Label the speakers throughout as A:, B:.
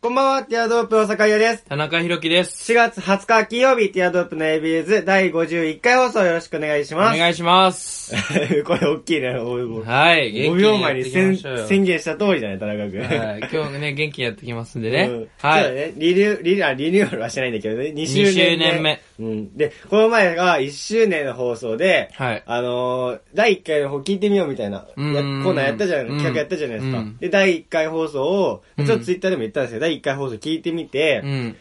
A: こんばんは、ティアドロップの坂井優です。
B: 田中宏樹です。
A: 4月20日金曜日、ティアドロップの ABS 第51回放送よろしくお願いし
B: お
A: ます。
B: 願いします。
A: これ大きいね。5
B: はい、元気
A: 秒前
B: やっ
A: に
B: ていきましょ
A: 宣
B: うよ
A: 宣言した通りじゃない、田中君。
B: はい、今日ね、元気にやってきますんで
A: うん
B: ね。
A: そう
B: は
A: だ
B: い。
A: ね。リニュー、リニューあリニューアルはしないんだけどね。2周年
B: 二周年目。
A: うん。で、この前が1周年の放送で、
B: はい
A: あのー第1回の方聞いてみようみたいな、やコ
B: うん
A: ーナーやったじゃない、
B: うん
A: 企画やったじゃないですか。
B: うん
A: で、第1回放送を、ちょ
B: う
A: っ
B: ん
A: とツイッターでも言ったんですけど、第1回放送聞いてみて、
B: うん。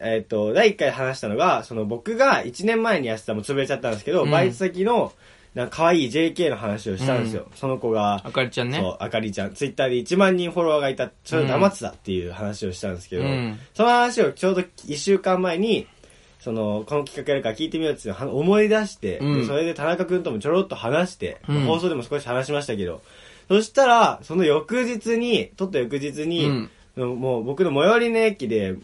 A: えっ、と、第1回話したのが、その僕が1年前にやってた、もう潰れちゃったんですけど、
B: うん
A: バイト先の、なんか可愛い JK の話をしたんですよ。その子が、
B: あかりちゃんね。
A: そう、あかりちゃん。ツイッターで1万人フォロワーがいた、それを黙ってたっていう話をしたんですけど、
B: うん
A: その話をちょうど1週間前に、その、この企画やるから聞いてみようっていうのを思い出して、
B: うん
A: でそれで田中くんともちょろっと話して、
B: うん
A: 放送でも少し話しましたけど、そしたら、その翌日に、撮った翌日に、
B: うん
A: そのもう僕の最寄りの駅で、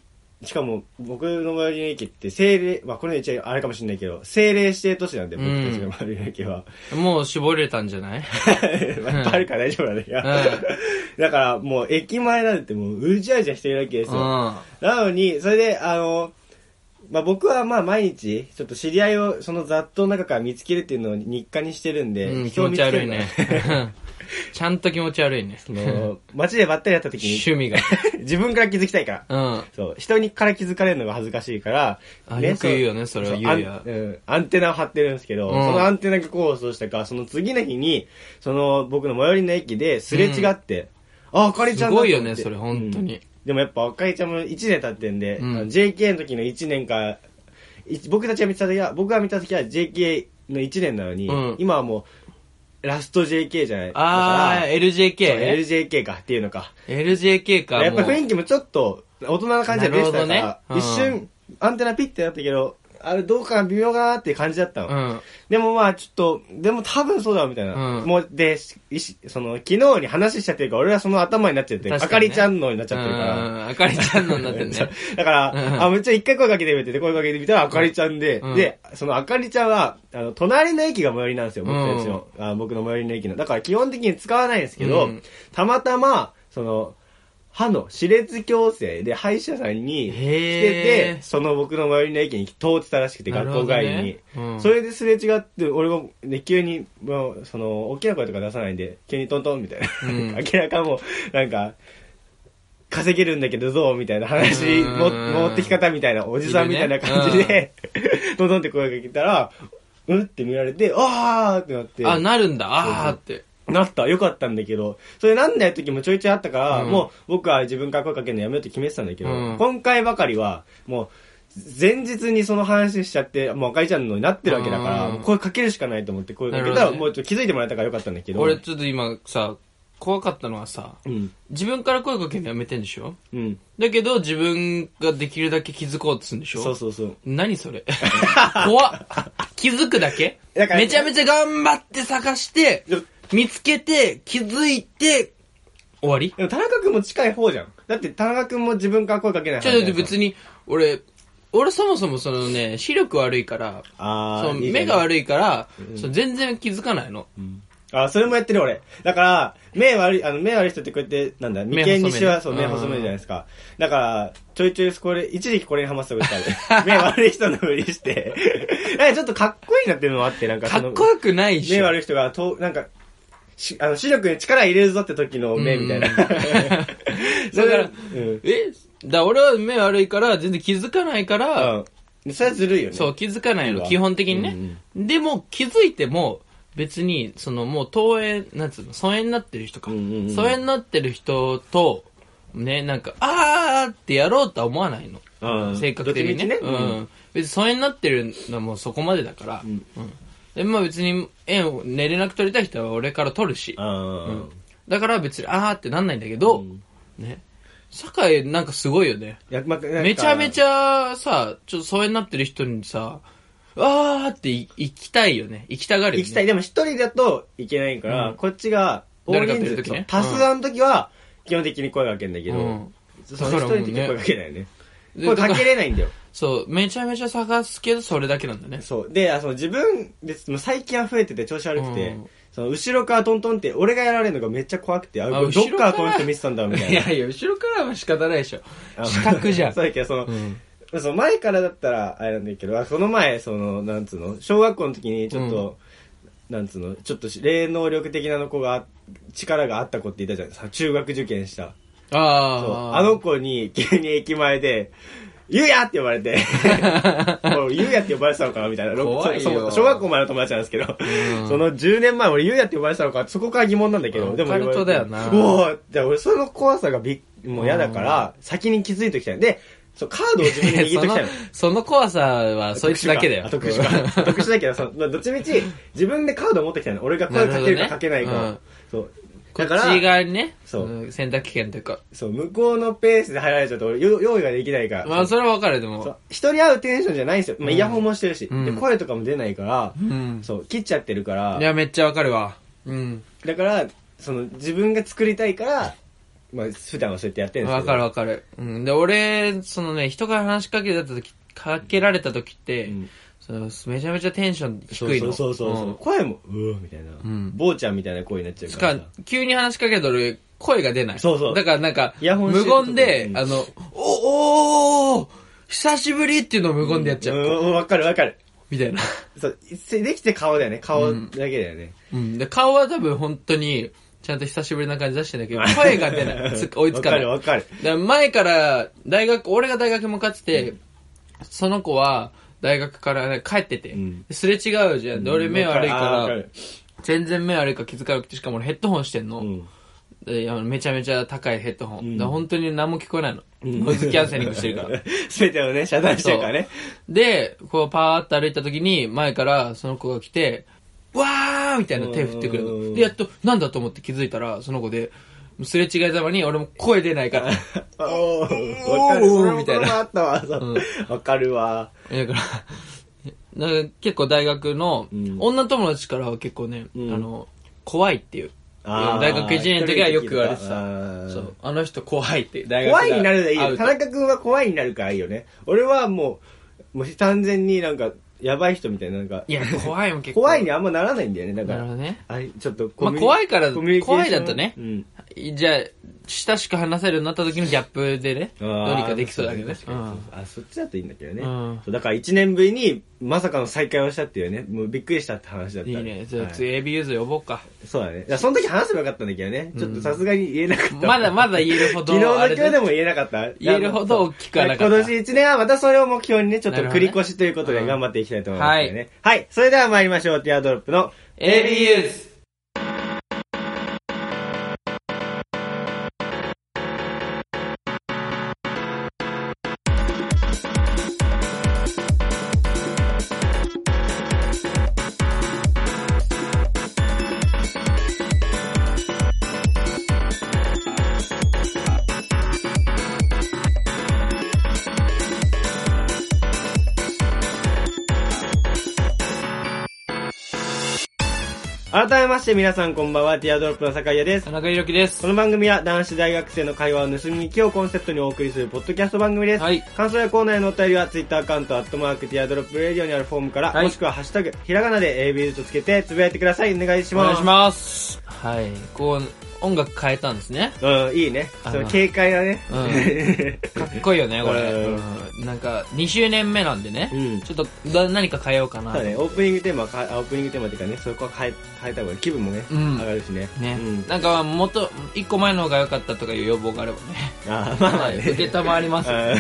A: しかも僕の最寄りの駅って政令、まあこれ一応あれかもしれないけど、政令指定都市なんで、僕たちの最寄りの駅は。
B: もう絞れたんじゃない
A: まあ、あるから大丈夫なんだけど。だから、もう、駅前なんてもう、うじゃうじゃしてるわけです
B: う
A: よ。
B: ん。
A: なのに、それで、あの、まあ、僕はまあ毎日、ちょっと知り合いをその雑踏の中から見つけるっていうのを日課にしてるんで、
B: うん、気
A: 人を
B: 持
A: 見
B: ち
A: つけ
B: 悪
A: る
B: い
A: の
B: ね。 ちゃんと気持ち悪いね。
A: そ の街でばったり会った時 に、
B: 趣味が。
A: 自分から気づきたいから。
B: うん。
A: そう、人にから気づかれるのが恥ずかしいから、
B: あよく言うよねそれは言うや
A: あんうんアンテナを張ってるんですけど、
B: うん
A: そのアンテナがこうそうしたか、その次の日に、その僕の最寄りの駅ですれ違って、あ、あかりちゃんだと思って
B: すごいよねそれ本当に
A: うんでもやっぱあかりちゃんも1年経ってんで、
B: うん
A: あの JK の時の1年か、い僕たちが見てた時は、僕が見た時は JK の1年なのに、
B: うん
A: 今はもう、ラスト JK じゃない。
B: あー、
A: だから
B: LJK。
A: LJK かっていうのか。
B: LJK か。
A: やっぱ
B: もう
A: 雰囲気もちょっと大人な感じが出てたから、
B: なるほどねうん
A: 一瞬アンテナピッてなったけど、あれどうかな微妙かなっていう感じだったの。
B: うん。
A: でもまあちょっと、でも多分そうだろうみたいな。
B: うん
A: もう、で、しいしその、昨日に話しちゃってるから、俺はその頭になっちゃってる、
B: 確
A: あ
B: か
A: か
B: にね
A: りちゃんのになっちゃってるから。
B: うん。あかりちゃんのになってん ね。
A: だから、
B: うん
A: あ、めっちゃ一回声かけてみて、で声かけてみたら、あかりちゃんで、
B: うん
A: で、そのあかりちゃんは、あの、隣の駅が最寄りなんですよ、
B: う
A: 僕
B: ん
A: たちの、あ僕の最寄りの駅の。だから基本的に使わないんですけど、
B: うん
A: たまたま、その、歯の歯列矯正で歯医者さんに来て
B: へ
A: て、
B: ー
A: その僕の最寄りの駅に通ってたらしくて、
B: なる
A: 学
B: ほど
A: 校
B: ね
A: 帰りに。
B: うん
A: それですれ違って、俺も、ね、急に、もう、その、大きな声とか出さないんで、急にトントンみたいな。
B: うん
A: 明らかもう、なんか、稼げるんだけどどうみたいな話、
B: うん
A: も持ってき方みたいな、おじさんみたいな感じで、 どんどんって声かけたら、うんって見られて、あーってなって、
B: あ、なるんだ。あーって。
A: なった、よかったんだけど、それなんない時もちょいちょいあったから、
B: うん
A: もう僕は自分から声かけるのやめようって決めてたんだけど、
B: うん
A: 今回ばかりは、もう、前日にその話しちゃって、もう赤いちゃんのになってるわけだから、
B: うん
A: もう声かけるしかないと思って声かけ
B: な
A: た
B: る
A: ら、
B: ほどね
A: もうちょっと気づいてもらえたからよかったんだけど、
B: 俺ちょっと今さ、怖かったのはさ、
A: うん、
B: 自分から声かけるのやめてんでしょ
A: うん、
B: だけど自分ができるだけ気づこうとするんでしょ
A: そうそうそう。
B: 何それ 怖っ気づくだけ
A: だから
B: めちゃめちゃ頑張って探して
A: でも、
B: 見つけて、気づいて、終わり
A: でも田中君も近い方じゃん。だって田中君も自分から声かけない
B: ち
A: 派
B: ょっ
A: じゃ
B: と
A: ん
B: 別に、俺、俺そもそもそのね、視力悪いから、
A: あー
B: そ
A: い
B: の
A: いじゃん
B: 目が悪いから、その全然気づかないの。
A: あ、それもやってる俺。だから、目悪い、あの、目悪い人ってこうやって、なんだ、眉間にしわ、
B: 目
A: そ
B: 細めね
A: う、目
B: うん
A: 細めじゃないですか。だから、ちょいちょいこれ、一時期これにハマってたこと ある目悪い人のふりして。 なんかちょっとかっこいいなっていうのもあって、なんか
B: か
A: その
B: っこよくないでし
A: 目
B: ょ。
A: 悪い人が、と、なんか、しあの、視力に力入れるぞって時の目みたい な。
B: うん
A: それからら、
B: だか、
A: うん。
B: えだ俺は目悪いから全然気づかないから、
A: うん。それはずるいよね。
B: そう、気づかない
A: いい
B: の、
A: わ
B: 基本的にね。でも、気づいても、別に、その、もう、投影、なんつうの、疎遠になってる人か。
A: うんうんうん
B: 疎遠になってる人と、ね、なんか、あーってやろうとは思わないの。
A: うん。
B: 性格的にね。
A: どっちみち
B: う
A: ね。
B: ん。別に疎遠になってるのはもうそこまでだから。うん。で、まあ別に、縁を、ね、連絡取りたい人は俺から取るし。
A: うん。うん。
B: だから別に、あーってなんないんだけど、ね。酒井、なんかすごいよね。
A: いやまあなんか
B: めちゃめちゃさ、ちょっと疎遠になってる人にさ、あーってい行きたいよね。行きたがるよね。
A: 行きたい。でも一人だといけないから、
B: うん
A: こっちが、大人
B: 誰かとい
A: 数
B: る時ね
A: 多数派の時は、基本的に声かけんだけど、
B: うん
A: その一人の時は声かけないよね。
B: で
A: 声かけれないんだよ。
B: そう、めちゃめちゃ探すけど、それだけなんだね。
A: そう。で、あその自分で、もう最近は増えてて調子悪くて、
B: うん
A: その後ろからトントンって、俺がやられるのがめっちゃ怖くて、あ、
B: あ
A: どっ
B: 後ろ
A: から
B: から
A: この人見てたんだ、みたい
B: い
A: な。
B: やいや、後ろからは仕方ないでしょ。
A: あ
B: 視覚じゃん。
A: そうやけど、その、
B: うん
A: その前からだったら、あれなんだけど、あその前、その、なんつうの、小学校の時にちょっと、なんつうの、ちょっとし霊能力的なの子が、力があった子っていたじゃないですか。中学受験した。
B: あ
A: そう
B: あ。
A: あの子に急に駅前で、ゆうやって呼ばれ て、もうゆうやって呼ばれてたのかなみたいな。ろ
B: 怖いよ
A: そそう小学校前の友達なんですけど、その10年前俺ゆうやって呼ばれてたのか、そこから疑問なんだけ
B: う
A: ど、
B: ん
A: でも言われて
B: オカルトだよな
A: おぉじゃ俺その怖さがびっもう嫌だから、先に気づいておきたい。で、そう、カードを自分で
B: い
A: 握っと
B: や そ
A: き
B: の
A: たいの。、
B: その怖さは、そいつだけだよ。
A: あ特殊か。特殊だけど、そのまあどっちみち自分でカードを持ってきたいの。俺が声かけるかかけない
B: なるほど
A: か
B: ね。
A: そう。 だ
B: こっ
A: から、
B: ち側にね、
A: そうん
B: 選択権というか。
A: そう、向こうのペースで入られちゃうと俺、よ用意ができないから。
B: まあ、それはわかる、で
A: そう
B: も。
A: 人に会うテンションじゃないんですよ。まあ、
B: うん
A: イヤホンもしてるし、
B: うん
A: で、声とかも出ないから、
B: うん。
A: そう、切っちゃってるから
B: い、や、めっちゃわかるわ。うん。
A: だから、その、自分が作りたいから、まあ、普段はそうやってやってるんです
B: わ
A: けど。
B: かるわかる。うん。で、俺、そのね、人から話しかけられた時、かけられた時って、
A: うん
B: そのめちゃめちゃテンション低いの。
A: そうそうそうそう、
B: うん
A: 声も、うーみたいな、
B: ん
A: 坊ちゃんみたいな声になっちゃう
B: つ
A: から
B: か
A: さ。、
B: 急に話しかけたら俺声が出ない。
A: そうそう
B: だからなんか、
A: イヤホンして
B: 無
A: ると
B: 言で
A: う、ん
B: あの、お、おー久しぶりっていうのを無言でやっちゃう。
A: うん、わかるわかる。
B: みたいな。
A: そう、せできて顔だよね。顔だけだよね。
B: うん。で、顔は多分本当に、ちゃんと久しぶりな感じ出してんだけど、声が出ない。つ追いつかない。
A: わかるわか
B: だから前から、大学、俺が大学向かってて、その子は、大学から、ね、帰ってて、
A: うん
B: すれ違うじゃん。で、
A: る。
B: 俺目悪い
A: あーわ
B: か、
A: からる
B: 全然目悪いから気づかなくて、しかも俺ヘッドホンしてんの。
A: うん。
B: であのめちゃめちゃ高いヘッドホン。
A: うん
B: だから本当に何も聞こえないの。
A: うん
B: ノイズキャンセリングしてるから。。
A: 全てをね、遮 断してるからね。
B: で、こうパーって歩いた時に、前からその子が来て、わーみたいな手振ってくれる
A: う
B: の。
A: ん
B: で、やっと、なんだと思って気づいたら、その子で、すれ違いざまに俺も声出ないから。
A: おー、わかる。
B: おー
A: 俺も
B: みたいな
A: これもあったわ。そうわかるわ。
B: だから、 なんか結構大学の
A: うん
B: 女友達からは結構ね、
A: うん
B: あの、怖いっていう。
A: あー
B: 大学1年の時はよく言われて
A: あ
B: た。
A: ー
B: そう。あの人怖いって。大学
A: 怖いになるでいい
B: 会
A: よ。
B: う
A: 田
B: と
A: 中君は怖いになるからいいよね。俺はもう、もう完全になんか、やばい人みたいな、なんか
B: い、や、怖いも結構。
A: 怖いにあんまならないんだよね、だか
B: なるほ
A: ら。
B: どね。
A: あれちょっと
B: ま
A: コ
B: あ
A: ミュニ、
B: 怖いから
A: コミュニケーション
B: 怖いだとね
A: うん。
B: じゃあ、親しく話せるようになった時のギャップでね、どうにかできそうだけどね。
A: 確かにそうそうあそっちだといいんだけどね、
B: うん
A: そうだから1年ぶりにまさかの再会をしたっていうねもうびっくりしたって話だった
B: うんいいね。じゃあ、
A: はい
B: 次 AB ユーズ呼ぼうか。
A: そうだねいやその時話せばよかったんだけどねちょっとさすがに言えなかった、
B: まだまだ言えるほど、
A: 昨日の
B: あ
A: 今
B: れ
A: 日
B: で
A: でも言えなかった
B: 言えるほど大きくはなかった
A: 今年1年はまたそれを目標にねちょっと
B: なるほ
A: 繰
B: どね
A: り越しということ
B: う
A: で
B: ん
A: 頑張っていきたいと思いますけどねはい、それでは参りましょうティアドロップの
B: AB ユーズ
A: 改めまして皆さんこんばんはティアドロップの酒井屋です
B: 田中裕樹です
A: こ。の番組は男子大学生の会話を盗みにきをコンセプトにお送りするポッドキャスト番組です。
B: はい
A: 感想やコーナーへのお便りはツイッターアカウント、アットマークティアドロップレディオにあるフォームから、
B: はい
A: もしくはハッシュタグ、ひらがなで ABU とつけてつぶやいてください。お願いし
B: お願
A: ま
B: い
A: す。
B: します。はい。こう、音楽変えたんですね。
A: うん、いいね。そ
B: あ
A: の
B: の
A: 軽快なね。
B: うかっこいいよね、これ。
A: う
B: うんなんか、2周年目なんでね。
A: うん
B: ちょっとだ、何か変えようかな。
A: そうだね、オープニングテーマはか、あオープニングテーマっていうかね、そこは変え、変えた方がいい。気分もね、
B: うん
A: 上がるしね。
B: ね
A: うん。
B: なんか、もっと、1個前の方が良かったとかいう要望があればね。
A: あ ーまあまあ
B: はい。
A: ね。
B: 受けたまわります。はい。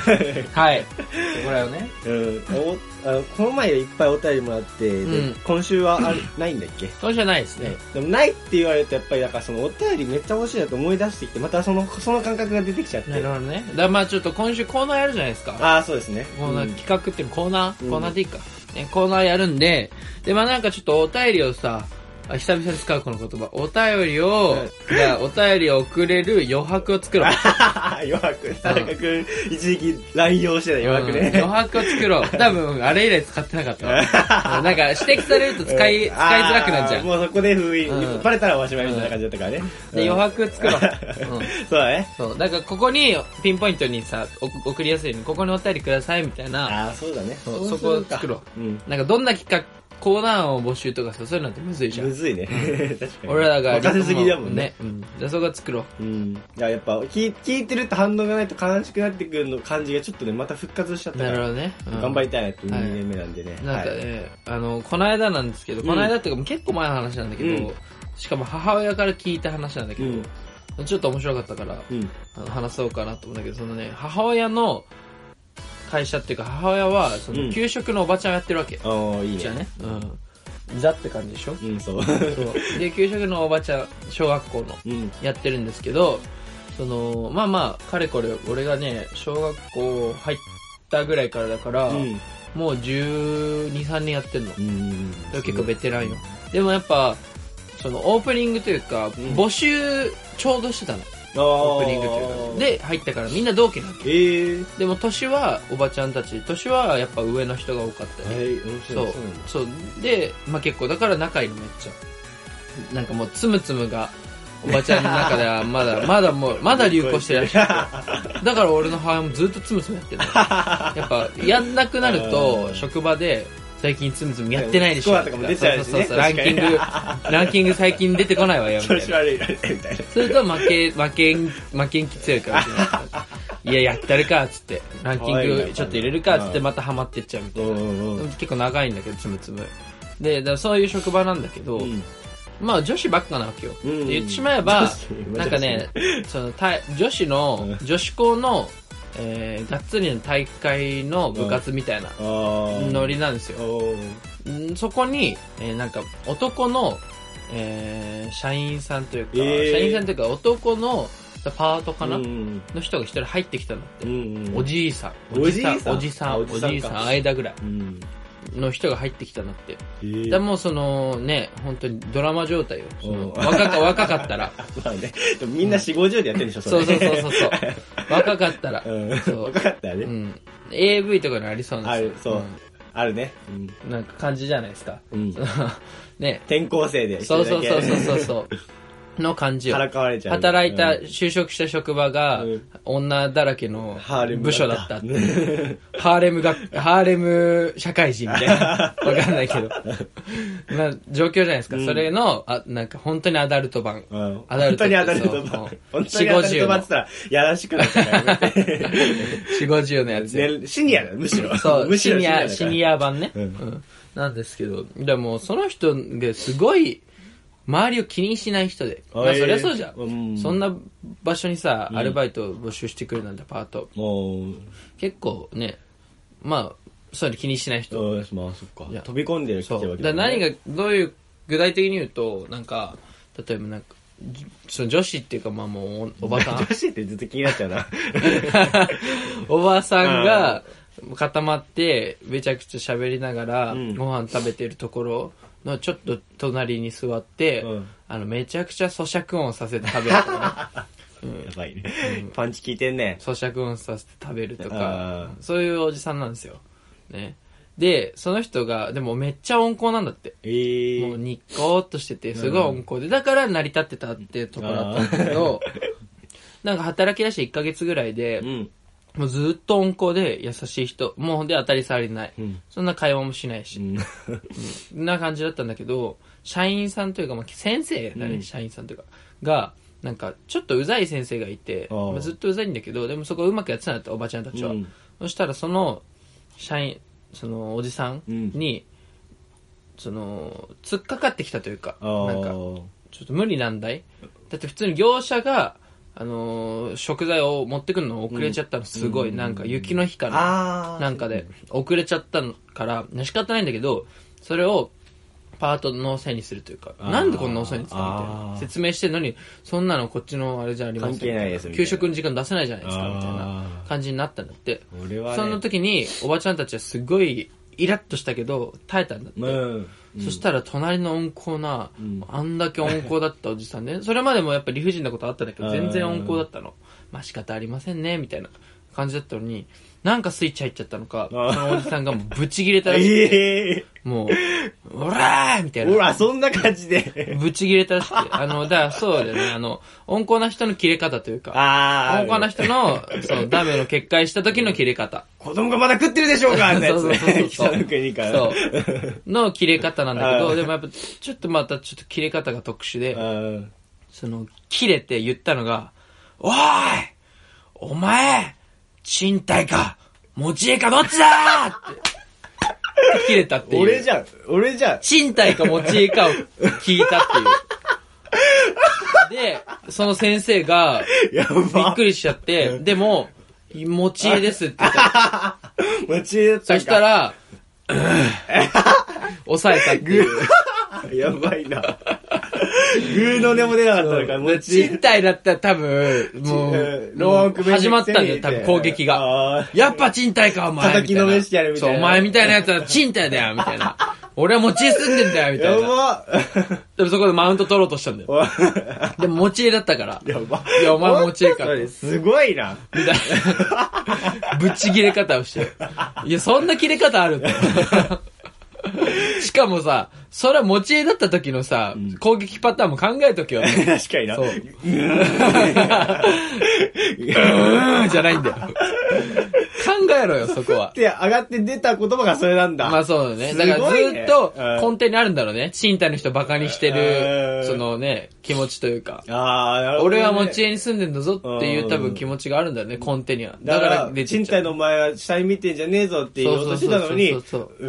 B: これをね。
A: うん、おあこの前いっぱいお便りもらって、で
B: うん
A: 今週はあるないんだっけ
B: 今週はないですね
A: ね。、でもないって言われるとやっぱりだからそのお便りめっちゃ欲しいなと思い出してきてまたそのその感覚が出てきちゃって
B: なるほどね。だからまあちょっと今週コーナーやるじゃないですか。
A: ああそうですね
B: コーナー、企画っていうのコーナー、
A: うん
B: コーナーでいいか。ね、コーナーやるんで、で、まあなんかちょっとお便りをさ、あ久々に使うこの言葉。お便りを
A: はい、
B: じゃあお便りを送れる余白 を作ろう。
A: 余白ね。田中君、一時期乱用してた余白
B: うん
A: ね。
B: 余白を作 ろう。多分、あれ以来使ってなかったわ。うんなんか、指摘されると使い、使いづらくなっち ゃ
A: あー
B: う。
A: もうそこで封印、
B: うん
A: バレたらおしまいみたいな感じだったからね。
B: で、余
A: 白
B: 白作 ろう。うん
A: そうだね。
B: そう。だから、ここに、ピンポイントにさ、お送りやすいように、ここにお便りください、みたいな。
A: ああ、そうだね。
B: そう
A: う
B: そ
A: す
B: こ
A: る
B: を
A: か
B: 作ろう。
A: うん。
B: なんか、どんな企画、コーナーを募集とかさ、そういうのってむずいじゃ
A: む
B: ん。
A: ずいね。 確かに。
B: 俺らが、
A: 任せすぎだもんね。。
B: うん。じゃあ、そこは作ろう。
A: うん。いや、やっぱ聞い、聞いてると反応がないと悲しくなってくるの感じがちょっとね、また復活しちゃったか
B: なるほ
A: ら。
B: どね。うん
A: 頑張りたいなって、
B: はい
A: 2年目なんでね。
B: なんか
A: はい
B: ね、あの、この間なんですけど、
A: うん
B: この間っていうか結構前の話なんだけど、
A: うん
B: しかも母親から聞いた話なんだけど、ちょっと面白かったから、
A: うん。
B: あの話そうかなと思うんだけど、そのね、母親の会社っていうか、母親は、そ
A: うん
B: の、給食のおばちゃんをやってるわけ。
A: ああ、いいね。
B: じゃあね。うん。ザって感じでしょ
A: うん、そう。
B: そう。で、給食のおばちゃん、小学校の、
A: うん。
B: やってるんですけど、その、まあまあ、かれこれ、俺がね、小学校入ったぐらいからだから、
A: うん。
B: もう12、3年やってんの。
A: うん。
B: 結構ベテランよ。でもやっぱ、そのオープニングというか、募集ちょうどしてたの。
A: ああ。
B: オープニングというか。で、入ったからみんな同期なわけ。
A: ええー。
B: でも年はおばちゃんたち、年はやっぱ上の人が多かったね。
A: はい、面
B: そ
A: 白
B: う
A: い。そうなんだ。。
B: そう。で、まあ結構だから仲いいのめっちゃ。なんかもうつむつむが、おばちゃんの中 ではまだ、まだもう、まだ流行してらっしゃる。だから俺の母親もずっとつむつむ やってるの。やっぱ、やんなくなる
A: う
B: と、
A: ん
B: 職場で、最近つむつむやってないでしょ。
A: スコアとかも出ちゃうしね
B: そうそうそうランキング、ランキング最近出てこないわよ、みた
A: 調
B: い
A: 子
B: な。
A: 悪い、みたいな。
B: すると負け、負けん、負けんき強いから。いや、やってるか、つって。ランキングちょっと入れるか、つってまたハマってっちゃうみたいな。
A: ん
B: でも結構長いんだけど、つむつむ。で、だからそういう職場なんだけど、
A: うん。
B: まあ女子ばっかなわけよ。
A: うん
B: で言ってしまえば
A: 確か、に
B: なんかね、その体女子の、女子校の、えー、がっつりの大会の部活みたいな
A: あー
B: ノリなんですよ。
A: おー
B: んそこに、えーなんか男の、えー社員さんというか、
A: えー
B: 社員さんというか男のパートかな、
A: うん
B: の人が一人入ってきたのって。
A: うん。
B: おじいさん。
A: おじいさん
B: おじさん。
A: あ
B: お
A: お
B: じ
A: じ
B: さ
A: さんか
B: ん、おじいさん間ぐらい
A: うん。
B: の人が入ってきたのって。
A: えー
B: だからもうそのね、本当にドラマ状態よ。その
A: うん
B: 若か、若か ったら。
A: まあね、でもみんな4、50でやってるでしょ、。
B: そうそうそうそうう そう。若かったら。
A: う
B: そ
A: ん。
B: う
A: 若かったよ
B: う
A: ね。
B: ん。AV とかにありそうな
A: あ
B: んで
A: る、
B: す
A: そ
B: よ
A: う。。あるね。うん
B: うんなんか感じじゃないですか。
A: うん
B: その ね。
A: 転校生で。
B: そうそうそうそう
A: う。
B: そうそう。の感じよ。
A: からかわれちゃう。
B: 働いた、
A: うん
B: 就職した職場が、
A: うん
B: 女だらけの
A: ハーレム。
B: 部署だっ
A: う
B: た。
A: ん
B: ハーレムが、ハーレム社会人みたいな。わかんな いけど。まあ、状況じゃないですか。それの、あ、なんか本当にアダルト版。アダ
A: 本
B: ルト
A: 当にアダルト
B: そ
A: 版
B: ううん。
A: 本当にアダルト版って言ったら、やらしくなっちゃうからやめて。
B: 四五十のやつよ。
A: ねシニアだよむしろ。
B: そ う、
A: むし
B: シ
A: ろ
B: ニ
A: だか
B: ア、
A: ら
B: シニア版ね。う。
A: うんん
B: なんですけど、でも、その人がすごい、周りを気にしない人で。まあ、
A: あええ
B: そりゃそうじゃん。
A: うん
B: そんな場所にさ、アルバイトを募集してくるなんてパート。
A: もう、
B: 結構ね、まあ、そういうの気にしない人。
A: そうまあ、そっか
B: いや。
A: 飛び込んでる
B: そう。だ
A: わけ
B: か ら何
A: が、
B: が、どういう、具体的に言うと、なんか、例えばなんか、じその女子っていうか、まあもうお、おばさん
A: 女。子ってずっと気になっちゃうな。
B: おばさんが固まってめちゃくちゃ喋りながら
A: うん
B: ご飯食べてるところのちょっと隣に座って、
A: うん
B: あのめちゃくちゃ咀嚼音させて食べるとか、ね、
A: やばいね。パンチ効いてん ね。
B: 咀嚼音させて食べるとか
A: あー
B: そういうおじさんなんですよ、ね、でその人がでもめっちゃ温厚なんだって
A: え
B: もう
A: ー。
B: ニッコーっとしてて、すごい温厚で、だから成り立ってたっていうところだったんだけど、 なんか働き出して1ヶ月ぐらいで、
A: うん。
B: もうずっと温厚で優しい人。もうほんで当たり障りない。
A: うん
B: そんな会話もしないし。な感じだったんだけど、社員さんというか、まあ、先生だね、
A: うん
B: 社員さんというか、が、なんか、ちょっとうざい先生がいて、
A: あー
B: まあずっとうざいんだけど、でもそこうまくやってたんだって、おばちゃんたちは。
A: うん
B: そしたら、その、社員、その、おじさんに、その、突っかかってきたというか、
A: あ
B: なんか、
A: ー
B: ちょっと無理なんだいだって普通に業者が、あのー食材を持ってくるの遅れちゃったの、すごい、なんか雪の日かな、
A: あー。
B: なんかで、遅れちゃったのから、仕方ないんだけど、それを、パートのせいにするというか、
A: あー
B: なんでこんな遅いんですかみたい
A: あ
B: な。
A: ー
B: 説明してんのに、そんなのこっちのあれじゃありません。
A: 関係ないですみたいな
B: 給食の時間出せないじゃないですか、
A: あー
B: みたいな感じになったんだって。
A: 俺はね
B: その時に、おばちゃんたちはすごいイラッとしたけど耐えたんだって、
A: うん。
B: そしたら隣の温厚な、
A: ん
B: あんだけ温厚だったおじさんね それまでもやっぱ理不尽なことあったんだけど
A: うん
B: 全然温厚だったのまあ仕方ありませんねみたいな感じだったのになんかスイッチ入っちゃったのかそ
A: うん
B: のおじさんがもうブチ切れたらしくて
A: え
B: もう「おらー!」みた
A: え
B: い
A: ほ
B: な
A: ら、そんな感じで。
B: ブチ切れたらしくて あのだからそうだよねあの温厚な人の切れ方というか
A: ああ。
B: 他の人の、そう、ダメの決壊した時の切れ方。
A: 子供がまだ食ってるでしょうかあんなやつ
B: そうそうそうそう
A: ね。北の国から。
B: そう。の切れ方なんだけ
A: あ
B: ど、
A: ー
B: でもやっぱ、ちょっとまたちょっと切れ方が特殊で、
A: うん。
B: その、切れて言ったのが、おーいお前賃貸か持ち家かどっちだーって。切れたっていう。
A: 俺じゃん。俺じゃん。
B: 賃貸か持ち家かを聞いたっていう。で、その先生が、
A: や
B: びっ
A: ば
B: く。りしちゃって、でも、持ち家ですって言ったの
A: 間違えた
B: そした、ら、 抑えたっていう。
A: やばいな。グーの音も出なかったのか、もうち
B: 賃貸だったら多分、もう、
A: ローン組め
B: 始まったんだよ、多分攻撃が。
A: が
B: やっぱ賃貸か、お前。
A: 叩きのめしてやるみたいな
B: そう、お前みたいなやつは賃貸だよ、みた いな。俺は持ち家住んでんだよ、みた
A: や
B: いな。
A: ば
B: でもそこでマウント取ろうとしたんだよ。
A: おい
B: でも持ち家だったから。
A: やば。
B: いやお前持ち家か
A: 本当にすごいな。
B: みたいな。ぶっち切れ方をして。いや、そんな切れ方 あるって。しかもさ、それは持ち家だった時のさ、攻撃パターンも考えとけよ。
A: 確かにな。
B: そう。う
A: う
B: ーんじゃないんだよ。考えろよ、そこは。
A: で、上がって出た言葉がそれなんだ。
B: まあそうだね。
A: す
B: だ
A: ごい
B: からずっと
A: うん
B: 根底にあるんだろうね。身体の人バカにして
A: う
B: る、
A: ん
B: そのね、気持ちというか。
A: ああ、なるほどね
B: 俺は持ち家に住んでんだぞっていううん多分気持ちがあるんだよね、根底には。
A: だ
B: だ
A: か
B: から
A: ら、
B: 出て
A: 賃
B: っちゃ
A: 貸
B: う
A: のお前は下に見てんじゃねえぞって言おうとしてたのに、
B: そうそうそ
A: う
B: う